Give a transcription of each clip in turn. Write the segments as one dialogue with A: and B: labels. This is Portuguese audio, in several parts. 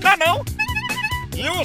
A: tá não? E o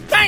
A: Tá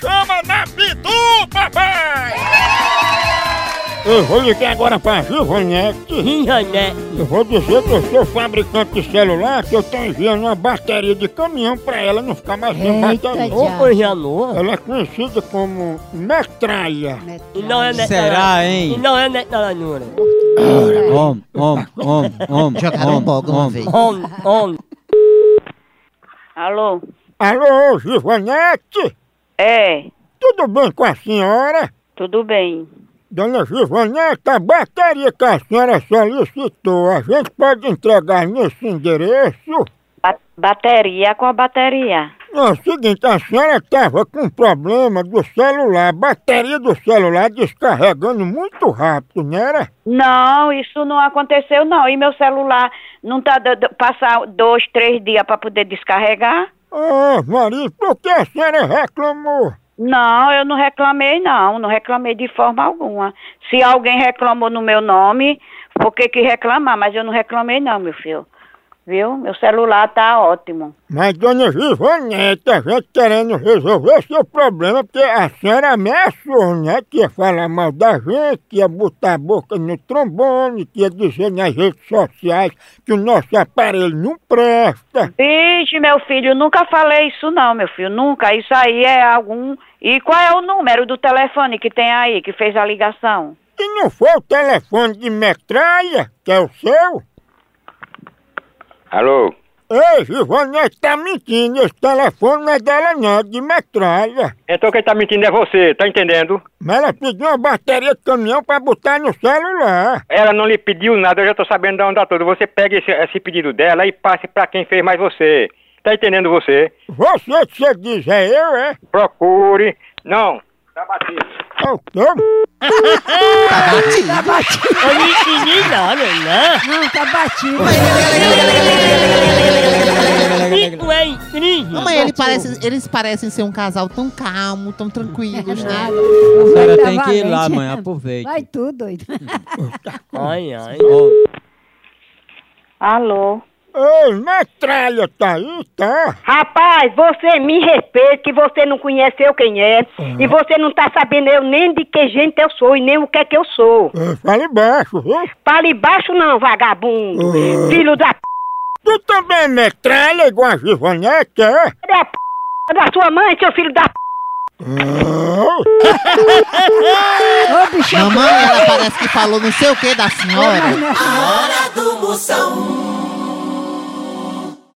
A: chama na Pitu, papai! Eu vou ligar agora pra Givonex.
B: né?
A: Eu vou dizer que eu sou fabricante de celular, que eu tô enviando uma bateria de caminhão pra ela não ficar mais sem
C: Eita,
A: bateria.
C: já.
B: Ô, coisa nova.
A: Ela é conhecida como metralha.
B: E não é neta
C: Será,
B: lá.
C: hein?
B: E não é neta lá, Nura.
C: Om, om, om, om.
D: Jogaram
C: om,
D: boga
C: om.
D: uma vez.
B: On, on.
E: Alô?
A: Alô, Givanete?
E: É,
A: Tudo bem com a senhora?
E: tudo bem.
A: Dona Givanete, a bateria que a senhora solicitou, a gente pode entregar nesse endereço?
E: Ba- bateria com a bateria.
A: Não, é o seguinte, a senhora estava com um problema do celular, a bateria do celular descarregando muito rápido, não era?
E: Não, isso não aconteceu não. E meu celular não tá do- do- passar dois, três dias para poder descarregar?
A: Ah, Maria, por que a senhora reclamou?
E: Não, eu não reclamei não, não reclamei de forma alguma. Se alguém reclamou no meu nome, por que que reclamar? Mas eu não reclamei não, meu filho. Viu? Meu celular tá ótimo.
A: Mas, dona Givanete, a gente querendo resolver seu problema, porque a senhora ameaçou, né? Que ia falar mal da gente, que ia botar a boca no trombone, que ia dizer nas redes sociais que o nosso aparelho não presta.
E: Vixe, meu filho, eu nunca falei isso não, meu filho, nunca. Isso aí é algum... E qual é o número do telefone que tem aí, que fez a ligação?
A: E não foi o telefone de metralha, que é o seu?
F: Alô?
A: Ei, Givanete, tá mentindo, esse telefone não é dela não, é de metralha.
F: Então quem tá mentindo é você, tá entendendo?
A: Mas ela pediu uma bateria de caminhão pra botar no celular.
F: Ela não lhe pediu nada, eu já tô sabendo da onda toda. Você pega esse, esse pedido dela e passe pra quem fez mais você. Tá entendendo você?
A: Você que você diz é eu, é?
F: Procure. Não. Tá batido.
A: É o quê?
B: Eu não entendi nada, né?
C: Não, tá batido.
B: Isso é incrível.
D: Mãe, ele parece- eles parecem ser um casal tão calmo, tão tranquilos, né?
C: A senhora tem que ir lá, Hum. mãe. Aproveite.
G: Vai tu, doido.
B: Ai, ai.
C: Om.
E: Alô?
A: Ei, metralha, tá aí, tá?
E: Rapaz, você me respeita, que você não conhece eu quem é, e você não tá sabendo eu nem de que gente eu sou e nem o que é que eu sou.
A: Ei, fala embaixo, viu?
E: Fale baixo não, vagabundo, filho da p...
A: Tu também é metralha igual a Givanete, é?
E: da p... da sua mãe, seu filho da p...
A: Ah,
G: Ô, bichão.
D: Mamãe, ela parece que falou não sei o que da senhora.
H: Hora do Moção.